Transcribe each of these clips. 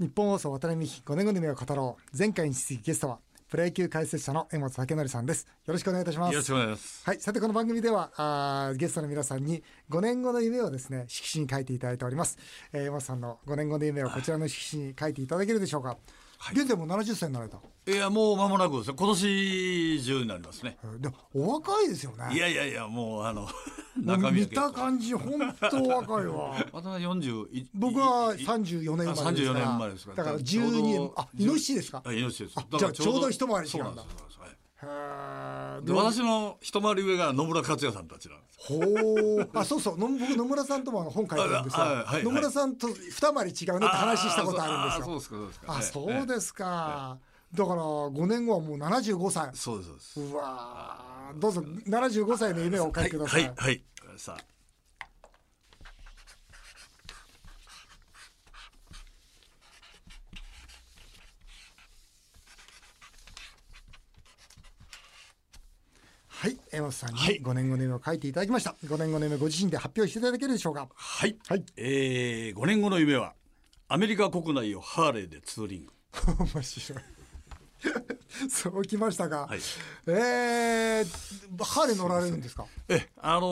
日本放送渡辺美希5年後の夢を語ろう前回に続きゲストはプロ野球解説者の江本武則さんですよろしくお願いいたしますよろしくお願いしますはいさてこの番組ではあーゲストの皆さんに5年後の夢をですね色紙に書いていただいております、えー、江本さんの5年後の夢をこちらの色紙に書いていただけるでしょうか、現在もう70歳になられたいやもう間もなくですよ今年中になりますねえーでもお若いですよねいやいやいやもう あのもう中見身は結構た感じ本当お若いわ 私は41僕はいい34年生まれです34から年前ですからだからちょうど12年あイノシシですかあイノシシですあだからじゃあちょうど一回り違そううんだなんですそうなんですはいへーで私の一回り上が野村克也さんたちなんですほーあそうそうの僕野村さんともあの本書いてるんですよ、あはいはい野村さんと二回り違うねって話したことあるんですよあそうそうですかあそそううですかですか、だから5年後はもう75歳すそうですそうですうわーどうぞ75歳の夢をお書きくださ、はいいはいさあはい、江本さんにはい5年後の夢を書いていただきました。5年後の夢ご自身で発表していただけるでしょうか。はい、はいえー、5年後の夢はアメリカ国内をハーレーでツーリング面白い。 そうきましたか。はいえー、ハーレー乗られるんですか。えあのー、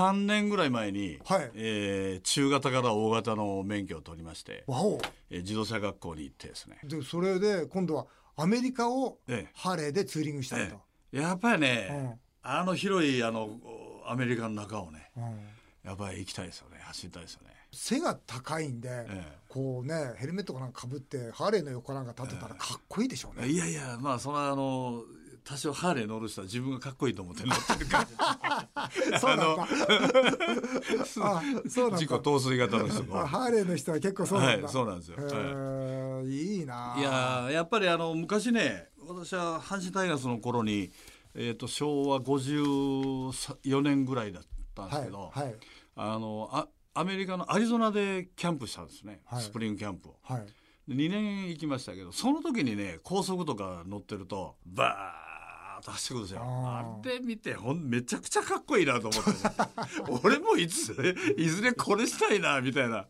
3年ぐらい前に、はいえー中型から大型の免許を取りまして、わお。えー自動車学校に行ってですね、でそれで今度はアメリカをええハーレーでツーリングしたいと。えやっぱりね、うんあの広いあのアメリカの中をねうんやっぱり行きたいですよね走りたいですよね背が高いんで、えこうねヘルメットかなんかかぶってハーレーの横なんか立ってたらかっこいいでしょうね。いやいやまあそのあの多少ハーレー乗る人は自分がかっこいいと思って乗ってるから そうなんだ。 あそうなん自己だ。陶酔型の人 あがハーレーの人は結構そうなんだ。はいそうなんですよへーいいなあ。いやーやっぱりあの昔ね私は阪神タイガースの頃に、えー、と昭和54年ぐらいだったんですけど、はいはいあのあアメリカのアリゾナでキャンプしたんですね、はいスプリングキャンプを。はい。で2年行きましたけどその時にね高速とか乗ってるとバーッと走ってくるんですよ。ああれ見てほんめちゃくちゃかっこいいなと思って ね俺もいずれいずれこれしたいなみたいな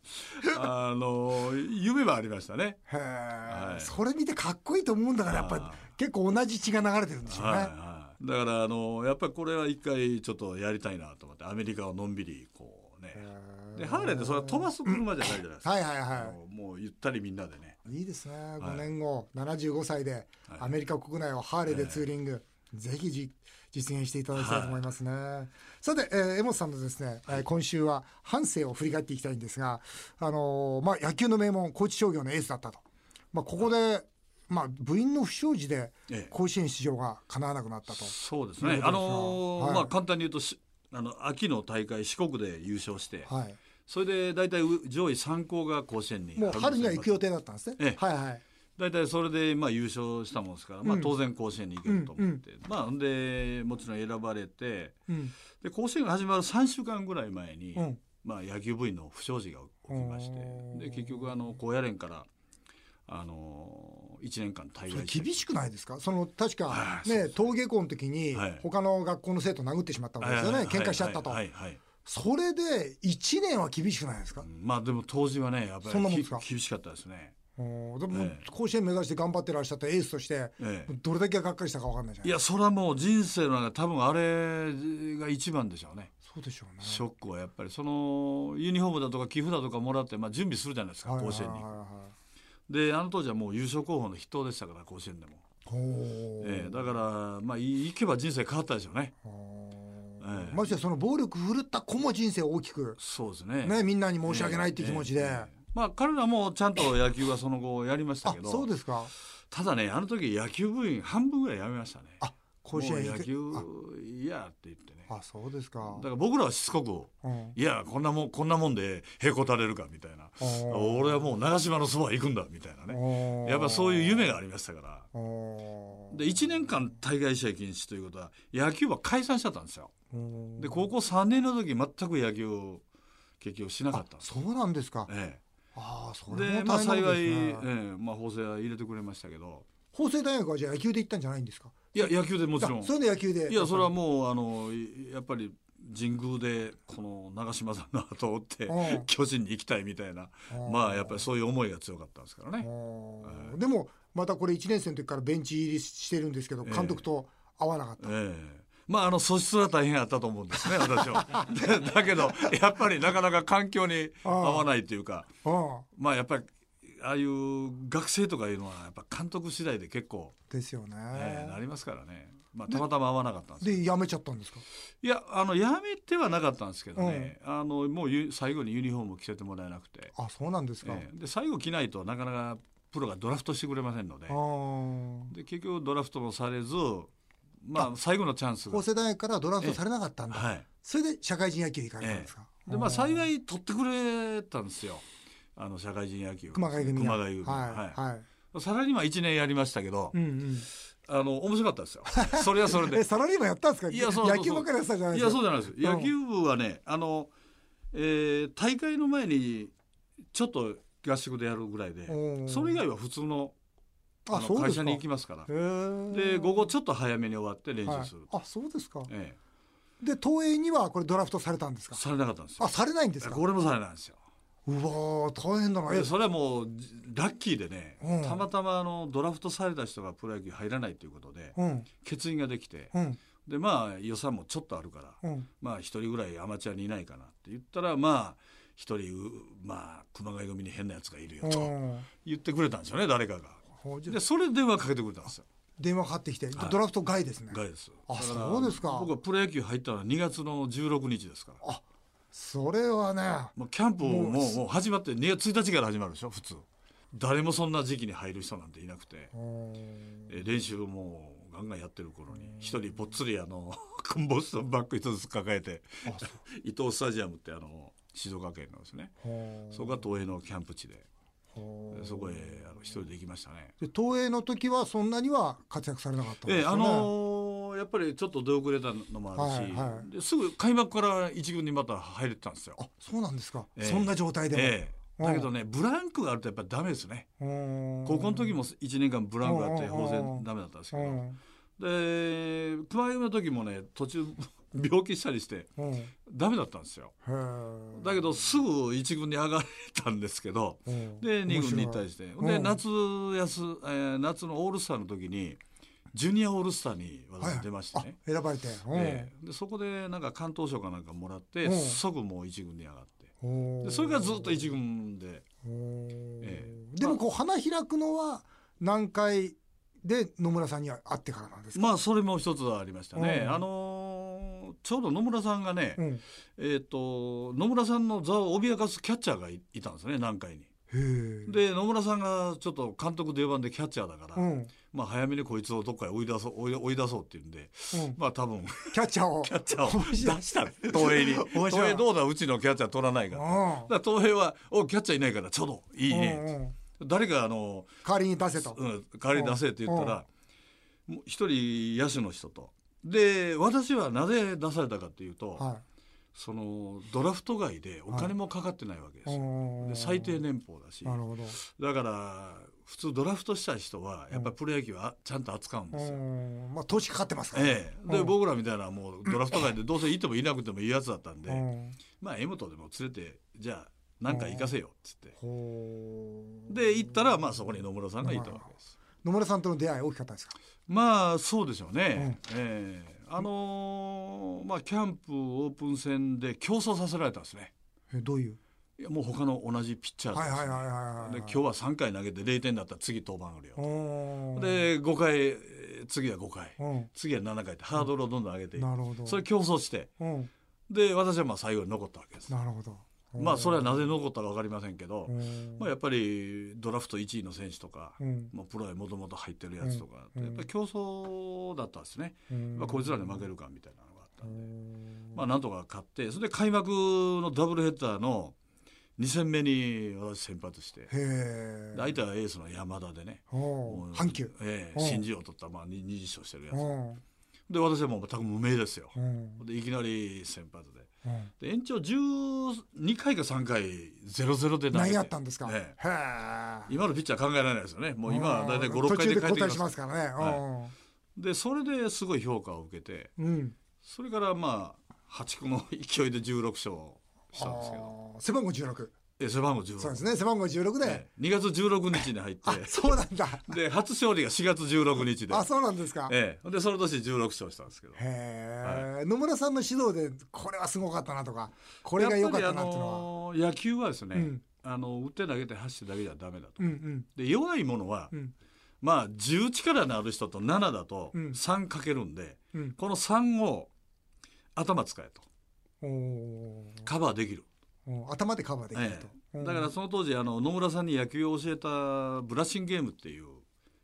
あの夢はありましたね。へえ、はいそれ見てかっこいいと思うんだからやっぱりあ結構同じ血が流れてるんでしょうね。はいはい、だからあのやっぱりこれは一回ちょっとやりたいなと思ってアメリカをのんびりこうねへでハーレーってそれは飛ばす車じゃないじゃないですか、はいはいあはのもうゆったりみんなでねい。いいですね。5年後、75歳でアメリカ国内をハーレーでツーリング、ぜひじ実現していただきたいと思いますね。さて、えー、江本さんのですね、えー今週は半生を振り返っていきたいんですが、あのーまあ野球の名門高知商業のエースだったと。まあここで、まあ部員の不祥事でええ甲子園出場が叶わなくなったと。そうですねねあのーはいまあ簡単に言うとしあの秋の大会四国で優勝して、はい。それで大体う上位3校が甲子園にもう春には行く予定だったんですね。ええはいはい。大体それでまあ優勝したもんですから、まあ、当然甲子園に行けると思って、まあほんでもちろん選ばれてうん。で甲子園が始まる3週間ぐらい前に、うんまあ、野球部員の不祥事が起きましておーで結局あの高野連から、あの1年間対それ外厳しくないですかその確かあ、ーそうねで、す登下校の時にはい他の学校の生徒殴ってしまったわけですよね、喧嘩しちゃったと、はいはいはいそれで1年は厳しくないですか、まあでも当時はねやっぱそんなもんりできすか厳しかったですね。おーでもええ甲子園目指して頑張ってらっしゃったエースとして、ええどれだけがっかりしたか分かんないじゃないいやそれはもう人生の中で多分あれが一番でしょうね、そうでしょうねショックはやっぱりそのユニフォームだとか寄付だとかもらって、まあ、準備するじゃないですかはいはい甲はい子園に。はであの当時はもう優勝候補の筆頭でしたから甲子園でも。いほーええだからまあい行けば人生変わったでしょうね。ほえーえましてやその暴力振るった子も人生を大きく、そうですね。ね、みんなに申し訳ないっていう気持ちで、ええええまあ彼らもちゃんと野球はその後やりましたあけど、そうですかただねあの時野球部員半分ぐらいやめましたね。あ甲子園もう行野け球いやって言ってね。ああそうですかだから僕らはしつこく。うんいやこんなもんこんなもんでへこたれるかみたいなお俺はもう長島のそばへ行くんだみたいなねねやっぱそういう夢が。がありましたからおーで1年間対外試合禁止ということは野球は解散しちゃったんですようんで高校3年の時全く野球を結局しなかあったんですそうなんですか。えああ、そえ、れもでまあ大変なこ幸い、とですねええまあ、法制は入れてくれましたけど法政大学はじゃあ野球で行ったんじゃないんですか。いや野球でもちろんあそういうの野球で。いやそれはもうあのいやっぱり神宮でこの長嶋さんの後を追ってうん巨人に行きたいみたいなうんまあやっぱりそういう思いが強かったんですからね。うんでもまたこれ1年生の時からベンチ入りしてるんですけどええ監督と合わなかった、ええまああの素質は大変あったと思うんですね 私は。でだけどやっぱりなかなか環境に合わないというかうんまあやっぱりああいう学生とかいうのはやっぱ監督次第で結構、ですよね、ええなりますからね。まあたまたま合わなかったんですけどでやめちゃったんですかいやあのやめてはなかったんですけどね、あのもうゆ最後にユニフォーム着せてもらえなくて、あそうなんですか、ええで最後着ないとなかなかプロがドラフトしてくれませんのであーで結局ドラフトもされず、まあ、最後のチャンスが高、世代からドラフトされなかったんだ、はいそれで社会人野球行かれたんですか、でまあ、い幸い取ってくれたんですよあの社会人野球熊谷組が熊谷組ははいい、はいさらにまあ1年やりましたけど、うんうん、あの面白かったですよそれはそれでえサラリーマンやったんですかいやそうそうそう野球ばっかりやってたじゃないいですやかそうじゃないです野球部はねあの、えー大会の前にちょっと合宿でやるぐらいでうんそれ以外は普通のああそのうで会す社かに行きますからへーで午後ちょっと早めに終わって練はい習する、あそうですかええで東映にはこれドラフトされたんですかされなかったんですよあされないんですかこれもされないんですようわー大変だなえでそれはもうじラッキーでね、うんたまたまあのドラフトされた人がプロ野球入らないということでうん欠員ができてうんでまあ予算もちょっとあるからうんまあ一人ぐらいアマチュアにいないかなって言ったらまあ一人うまあ熊谷組に変なやつがいるようとん言ってくれたんですよね誰かが。ほうじゃでそれで電話かけてくれたんですよ。電話かかってきてはいドラフト外ですねガイです。あだらそうですか僕はプロ野球入ったのは2月の16日ですから。あそれはねもうキャンプをもうももう始まって2月1日から始まるでしょ普通。誰もそんな時期に入る人なんていなくて。うんえー練習もガンガンやってる頃に一人ぽっつりあの コンボスのバッグ一つ抱えてあそう伊東スタジアムってあの静岡県のですねほうそこが東映のキャンプ地でほうでそこへあの一人で行きましたね。で東映の時はそんなには活躍されなかったんですえーよねあのーやっぱりちょっと出遅れたのもあるし、はいはいですぐ開幕から一軍にまた入れてたんですよ。あそうなんですかええそんな状態でええうんだけどねブランクがあるとやっぱりダメですねも高校の時もも1年間ブランクがあっうてん当然ダメだったんですけどで熊谷の時もね途中病気したりしてダメだったんですよ。だけどすぐ一軍に上がれたんですけどで二軍に行ったりしてうでん夏休、えー夏のオールスターの時にジュニアオールスターに私出ましてね、選ばれてうんええでそこでなんか関東賞かなんかもらって、うん即もう一軍に上がってほうでそれからずっと一軍でほうええでもこう花開くのは南海で野村さんに会ってからなんですかまあそれも一つありましたね、うんあのーちょうど野村さんがね、うんえー、と野村さんの座を脅かすキャッチャーがいいたんですね南海に。へえで野村さんがちょっと監督出番でキャッチャーだから、うんうんまあ、早めにこいつをどっかへ追い出そう追い追い出そうっていうんでキャまあ多分ッチャーをキャッチャーを面白い出したの東映に面東白い映どうだうちのキャッチャー取らないからうんだから東映は「おキャッチャーいないからちょうどいいうんねうん」誰かあの、代わりに出せとうん、代わり出せって言ったらもう一人野手の人とで私はなぜ出されたかっていうと、はそのドラフト外でお金もかかってないわけですいよ、うんで最低年俸だしなるほどだから普通ドラフトした人はやっぱりプロ野球はちゃんと扱うんですよ、うんまあ投資かかってますからええ、で、うん僕らみたいなもうドラフト外でどうせいてもいなくてもいいやつだったんで、うんまあ M とでも連れてじゃあなんか行かせよっつって、ほうで行ったらまあそこに野村さんがいたわけです。野村さんとの出会い大きかったですかまあそうでしょうね、ええあのーまあキャンプオープン戦で競争させられたんですねえどういういやもう他の同じピッチャーはいです、はいはいはいはいで今日は3回投げて0点だったら次登板あるよ、うんで5回えー次は5回、うん次は7回ってハードルをどんどん上げていく、なるほどそれ競争してうんで私はまあ最後に残ったわけですなるほどまあそれはなぜ残ったか分かりませんけど、うんまあ、やっぱりドラフト1位の選手とか、うんまあ、プロへもともと入ってるやつとか、うんやっぱり競争だったんですね、うんまあ、こいつらに負けるかみたいなのがあったうんで、んまあ、なんとか勝ってそれで開幕のダブルヘッダーの2戦目に私先発してでへえ相手はエースの山田でねおう阪急ええうん新人王を取った、まあ、に二次賞してるやつうんで私はもう全く無名ですようんでいきなり先発でうんで延長12回か3回0-0で投投げげ合てったんですかええへえ今のピッチャー考えられないですよねもう今は大体うん56回で途中で帰ってき交ま代すしますからねはいでそれですごい評価を受けてうんうんそれからまあ破竹の勢いで16勝したんですけど背番号16え背番号16そうですね背番号16で、ええ、2月16日に入ってそうなんだで初勝利が4月16日であそうなんですかええでその年16勝したんですけどへえ、はい、野村さんの指導でこれはすごかったなとかこれが良かったなっていうのは、野球はですね、うん、あの打って投げて走ってだけじゃダメだと、うんうん、で弱いものは、うんまあ10力のある人と7だと3かけるんで、うん、この3を頭使えとカバーできる頭でカバーできると、ええ、だからその当時あの野村さんに野球を教えたブラッシングゲームっていう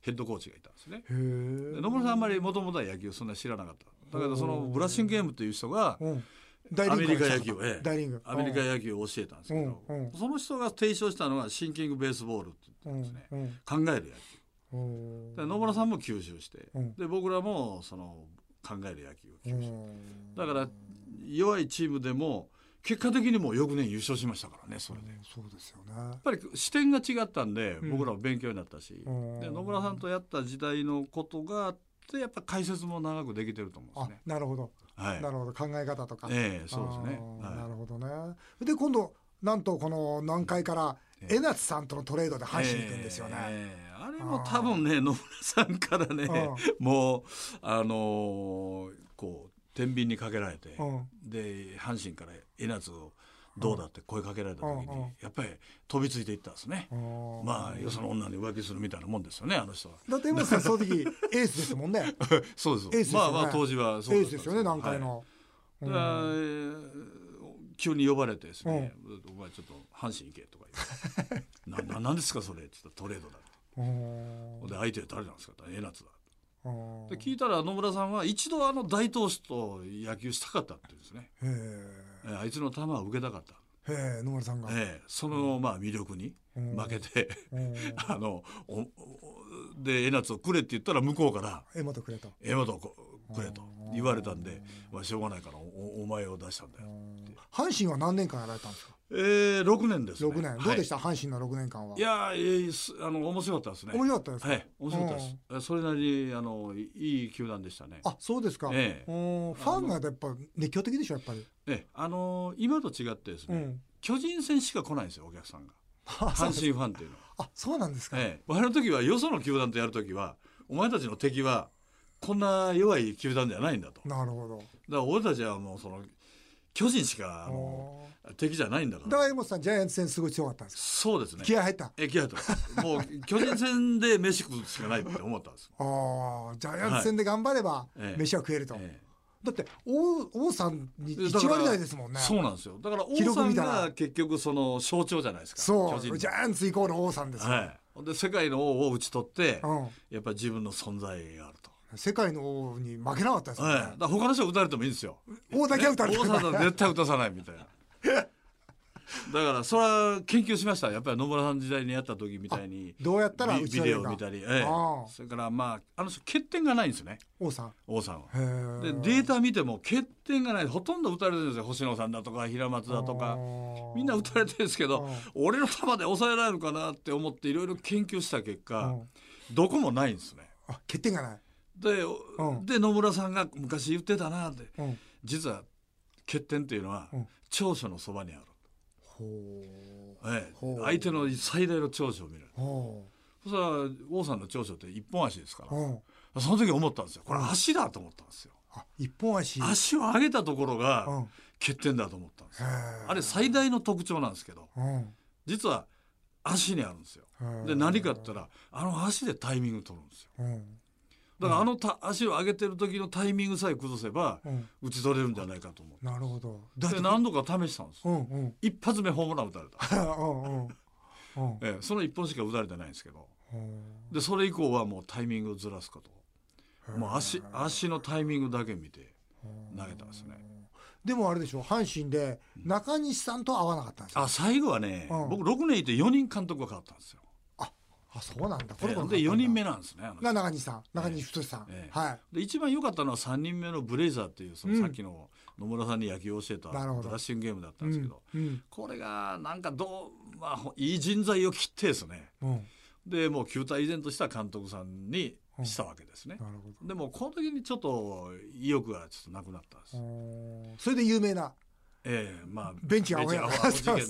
ヘッドコーチがいたんですね野村さんあんまりもともとは野球そんな知らなかっただけどそのブラッシングゲームっていう人がアメリカ野球、ええ、アメリカ野球を教えたんですけどその人が提唱したのがシンキングベースボールって言ってですね考える野球野村さんも吸収して、うん、で僕らもその考える野球を吸収、うん、だから弱いチームでも結果的にも翌年優勝しましたからねそれで、うん、そうですよねやっぱり視点が違ったんで僕らも勉強になったし、で野村さんとやった時代のことがあってやっぱ解説も長くできてると思うんですねなるほど、はい、なるほど考え方とかええそうですね、はい、なるほどねで今度なんとこの南海から江夏さんとのトレードで阪神行くんですよね、えーあれも多分ね野村さんからねもうあのー、こう天秤にかけられてで阪神から江夏をどうだって声かけられた時にやっぱり飛びついていったんですねまあよその女に浮気するみたいなもんですよねあの人はだって江夏さんその 時エースですもんねそうですです、ね、まあまあ当時はそうですよね何回の、はい、だ急に呼ばれてですね、お前ちょっと阪神行け」とか言って「ななんですかそれ」って言ったら「トレードだ」で相手誰なんですかって江夏だで聞いたら野村さんは一度あの大投手と野球したかったって言うんですねえあいつの球を受けたかった野村さんが、えー、そのまあ魅力に負けてあのおで江夏をくれって言ったら向こうから「江本くれ」と「江本くれ」と言われたんで、まあ、しょうがないからおお前を出したんだよ阪神は何年間やられたんですかえー、6年ですね。年。どうでした、はい、阪神の6年間は。いやえー、あの、面白かったですね。面白かったですはい、面白かったです。それなりに、あの、いい球団でしたね。あ、そうですか。ええー、ファンがやっぱ熱狂的でしょ、やっぱり。ええ、あのー、今と違ってですね、うん、巨人戦しか来ないんですよ、お客さんが。阪神ファンっていうのは。あ、そうなんですか。ええ、我々の時は、よその球団とやる時は、お前たちの敵は、こんな弱い球団ではないんだと。、なるほど。だから俺たちはもう、その、巨人しか、あの敵じゃないんだから。だから江本さん、ジャイアンツ戦すごい強かったんですそうですね。気合入った。え、気合入った。もう、巨人戦で飯食うしかないって思ったんですああ、ジャイアンツ戦で頑張れば、飯は食えると。はいええ、だって、王、王さんに1割台ですもんね。そうなんですよ。だから、王さんが結局、その、象徴じゃないですか。そう。ジャイアンツイコール王さんですはい。で、世界の王を打ち取って、うん、やっぱり自分の存在があると。世界の王に負けなかったですね。はい、だ他の人は打たれてもいいんですよ。王だけは打たれてもいい。王さんは絶対打たさないみたいな。だからそれは研究しましたやっぱり野村さん時代にやった時みたいに どうやったらビデオ見たり、ええ、それからまああの人欠点がないんですね王さん王さんはでデータ見ても欠点がないほとんど打たれてるんですよ星野さんだとか平松だとかみんな打たれてるんですけど俺の球で抑えられるかなって思っていろいろ研究した結果どこもないんですねあ欠点がないで,、で野村さんが昔言ってたなって、実は欠点っていうのは、長所のそばにある。ええ、相手の最大の長所を見る。そしたら王さんの長所って一本足ですから、その時思ったんですよこれ足だと思ったんですよ。一本足足を上げたところが欠点だと思ったんですよ。あれ最大の特徴なんですけど、実は足にあるんですよ。で何かって言ったらあの足でタイミング取るんですよ。だからあのた足を上げてる時のタイミングさえ崩せば、打ち取れるんじゃないかと思う。なるほど。で何度か試したんです。一発目ホームラン打たれた。えその一本しか打たれてないんですけど。でそれ以降はもうタイミングをずらすこと。もう足足のタイミングだけ見て投げたんですね。でもあれでしょう阪神で中西さんと合わなかったんですあ最後はね、僕6年いて4人監督が変わったんですよ。あそうなんだ。これで四人目なんですね。。が中西さん、中西太さん。はいで一番良かったのは三人目のブレイザーっていうそのさっきの野村さんに野球を教えたブラッシングゲームだったんですけど、これがなんかどうまあいい人材を切ってですね。でもう球体依然とした監督さんにしたわけですね、うん、でもこの時にちょっと意欲がちょっとなくなったんですそれで有名なええまあベンチが青やから事件に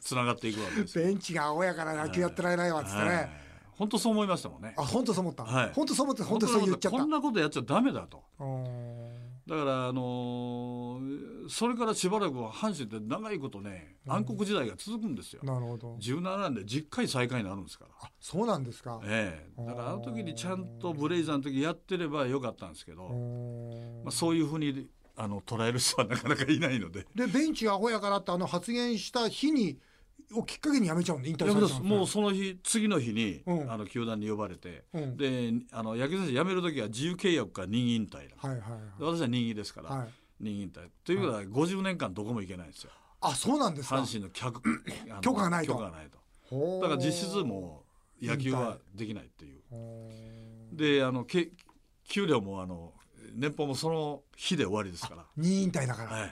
つながっていくわけですベンチが青やから野球やってられないわっつってね、はいはい、本当そう思いましたもんねあ本当そう思った、はい、本当そう思って本当そう言っちゃったこんなことやっちゃダメだとだからあのー、それからしばらくは阪神って長いことね暗黒時代が続くんですよ、うん、なるほど17年で10回再開になるんですからあそうなんですかええだからあの時にちゃんとブレイザーの時やってればよかったんですけど、まあ、そういうふうにあの捉える人はなかなかいない のででベンチがアホやからってあの発言した日にをきっかけに辞めちゃうんで引退されたんもうその日次の日に、うん、あの球団に呼ばれて、うん、であの野球選手辞める時は自由契約か任意引退だ、はいはいはい、私は任意ですから、はい、任意引退ということは50年間どこも行けないんですよ、はい、あそうなんですか阪神 の客許可がないと許可がないとだから実質もう野球はできないっていうであのけ給料もあの年俸もその日で終わりですから任意引退だから、は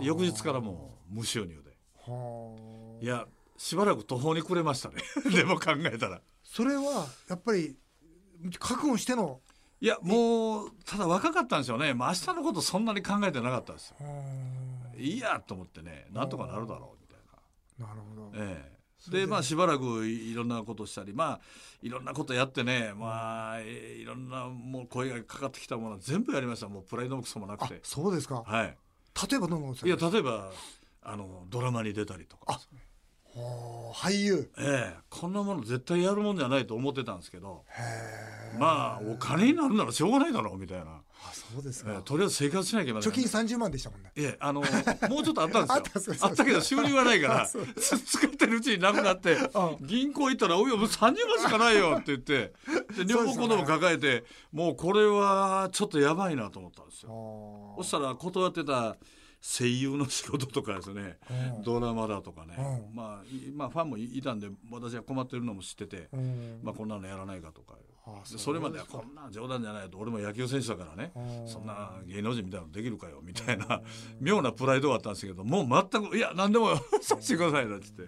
い、翌日からもう無収入でいやしばらく途方に暮れましたね でも考えたらそれはやっぱり覚悟してのいやもうただ若かったんですよね、まあ明日のことそんなに考えてなかったんですよいいやと思ってねなんとかなるだろうみたいななるほどええでまあしばらくいろんなことしたりまあいろんなことやってねまあいろんなもう声がかかってきたもの全部やりましたもうプライドもクソもなくてそうですかはい例えばどのいや例えばあのドラマに出たりとかあ俳優ええこんなもの絶対やるもんじゃないと思ってたんですけどまあお金になるならしょうがないだろうみたいなあそうですか、ええ、とりあえず生活しなきゃいけない貯金30万でしたもんねいえ あのもうちょっとあったんですよあったけど収入はないから 使ってるうちになくなって 銀行行ったら「おいもう30万しかないよ」って言ってで両方子供抱えて、ね、もうこれはちょっとやばいなと思ったんですよそしたら断ってた声優の仕事とかですね、うん、ドラマだとかね、うん、まあ、まあ、ファンもいたんで私は困ってるのも知ってて、うん、まあ、こんなのやらないかとかそれまではこんな冗談じゃないと俺も野球選手だからねそんな芸能人みたいなのできるかよみたいな妙なプライドがあったんですけどもう全く「いや何でもさせてください」なんつって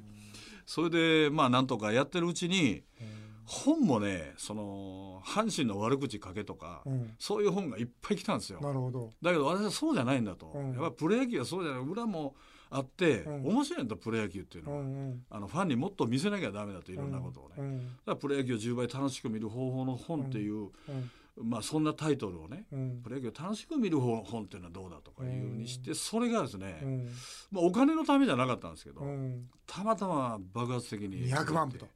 それでまあなんとかやってるうちに本もねその阪神の悪口書けとか、うん、そういう本がいっぱい来たんですよ。なるほどだけど私はそうじゃないんだと、うん、やっぱりプロ野球はそうじゃない裏もあって、うん、面白いんだプロ野球っていうのは、うんうん、あのファンにもっと見せなきゃダメだといろんなことをね、うん、だからプロ野球を10倍楽しく見る方法の本っていう、まあ、そんなタイトルをね、プロ野球を楽しく見る本っていうのはどうだとかいうにして、それがですね、まあ、お金のためじゃなかったんですけど、たまたま爆発的に200万部と。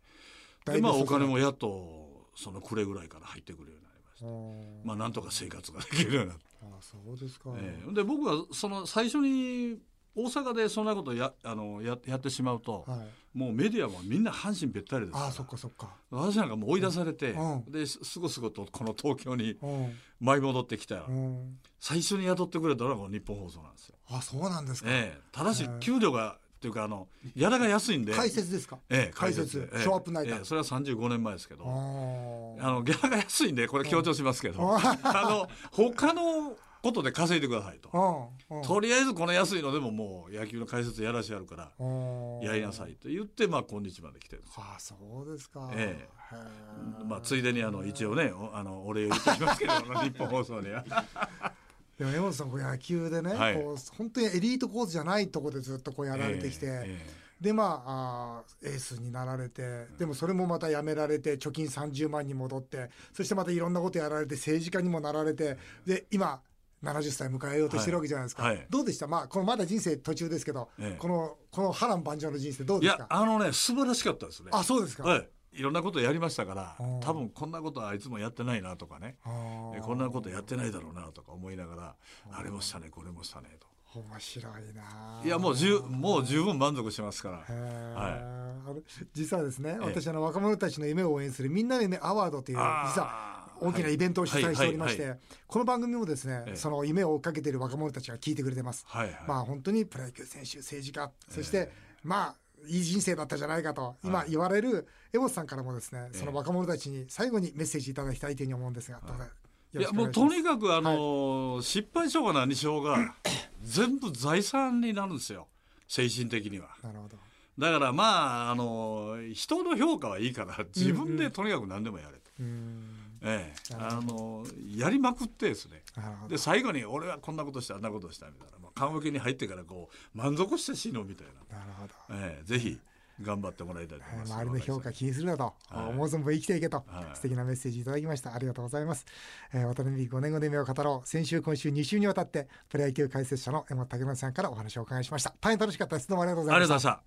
でまあお金もやっとその暮れぐらいから入ってくるようになりましてまあなんとか生活ができるようになったあそうですか、えー、で僕はその最初に大阪でそんなことやあのややってしまうと、はい、もうメディアもみんな阪神べったりですあそっかそっか私なんかもう追い出されて、うん、ですごすごとこの東京に舞い戻ってきた、うん、最初に雇ってくれたのが日本放送なんですよあそうなんですか、えー、ただし給料がっていうかあのやらが安いんで解説ですか、ええ、解説ショーアップナイター、ええ、それは35年前ですけどあのギャラが安いんでこれ強調しますけど、うん、あの他のことで稼いでくださいと、うんうん、とりあえずこの安いのでももう野球の解説やらしてやるからやりなさいと言ってまあ今日まで来てるんですあそうですか、ええまあ、ついでにあの一応ねあのお礼を言ってきます けど日本放送には。でも山本さんこう野球でね、はい、こう本当にエリートコースじゃないとこでずっとこうやられてきて、えーえー、でまああーエースになられてでもそれもまたやめられて貯金30万に戻ってそしてまたいろんなことやられて政治家にもなられてで今70歳迎えようとしてるわけじゃないですか、はいはい、どうでしたまあこのまだ人生途中ですけど、えー、このこの波乱万丈の人生どうですかあのね素晴らしかったですねあそうですか、はいいろんなことやりましたから多分こんなことはいつもやってないなとかねこんなことやってないだろうなとか思いながらあれもしたねこれもしたねと。面白いない、やもう十もう十分満足しますから、はい実はですね私あの若者たちの夢を応援するみんなの夢アワードという実は大きなイベントを主催しておりまして、はいはいはい、この番組もですね、ええ、その夢を追っかけている若者たちが聞いてくれてます、はいはい、まあ本当にプロ野球選手政治家そして、え、まあいい人生だったじゃないかと今言われる江本さんからもですね、その若者たちに最後にメッセージいただきたいというふうに思うんですが、いやもうとにかくあの、はい、失敗しようが何しよう が全部財産になるんですよ精神的には。なるほどだからまああの人の評価はいいから自分でとにかく何でもやれと。うんうんええ、あのやりまくってですねで最後に俺はこんなことしたあんなことしたみたいな棺桶に入ってからこう満足して死のうみたいななるほど、ええ、ぜひ頑張ってもらいたいと思います、周りの評価気にするなと、はい、思う存分生きていけと、はい、素敵なメッセージいただきましたありがとうございます、えー、渡辺美5年後の夢を語ろう先週今週2週にわたってプロ野球解説者の江本武則さんからお話をお伺いしました大変楽しかったですどうもありがとうございました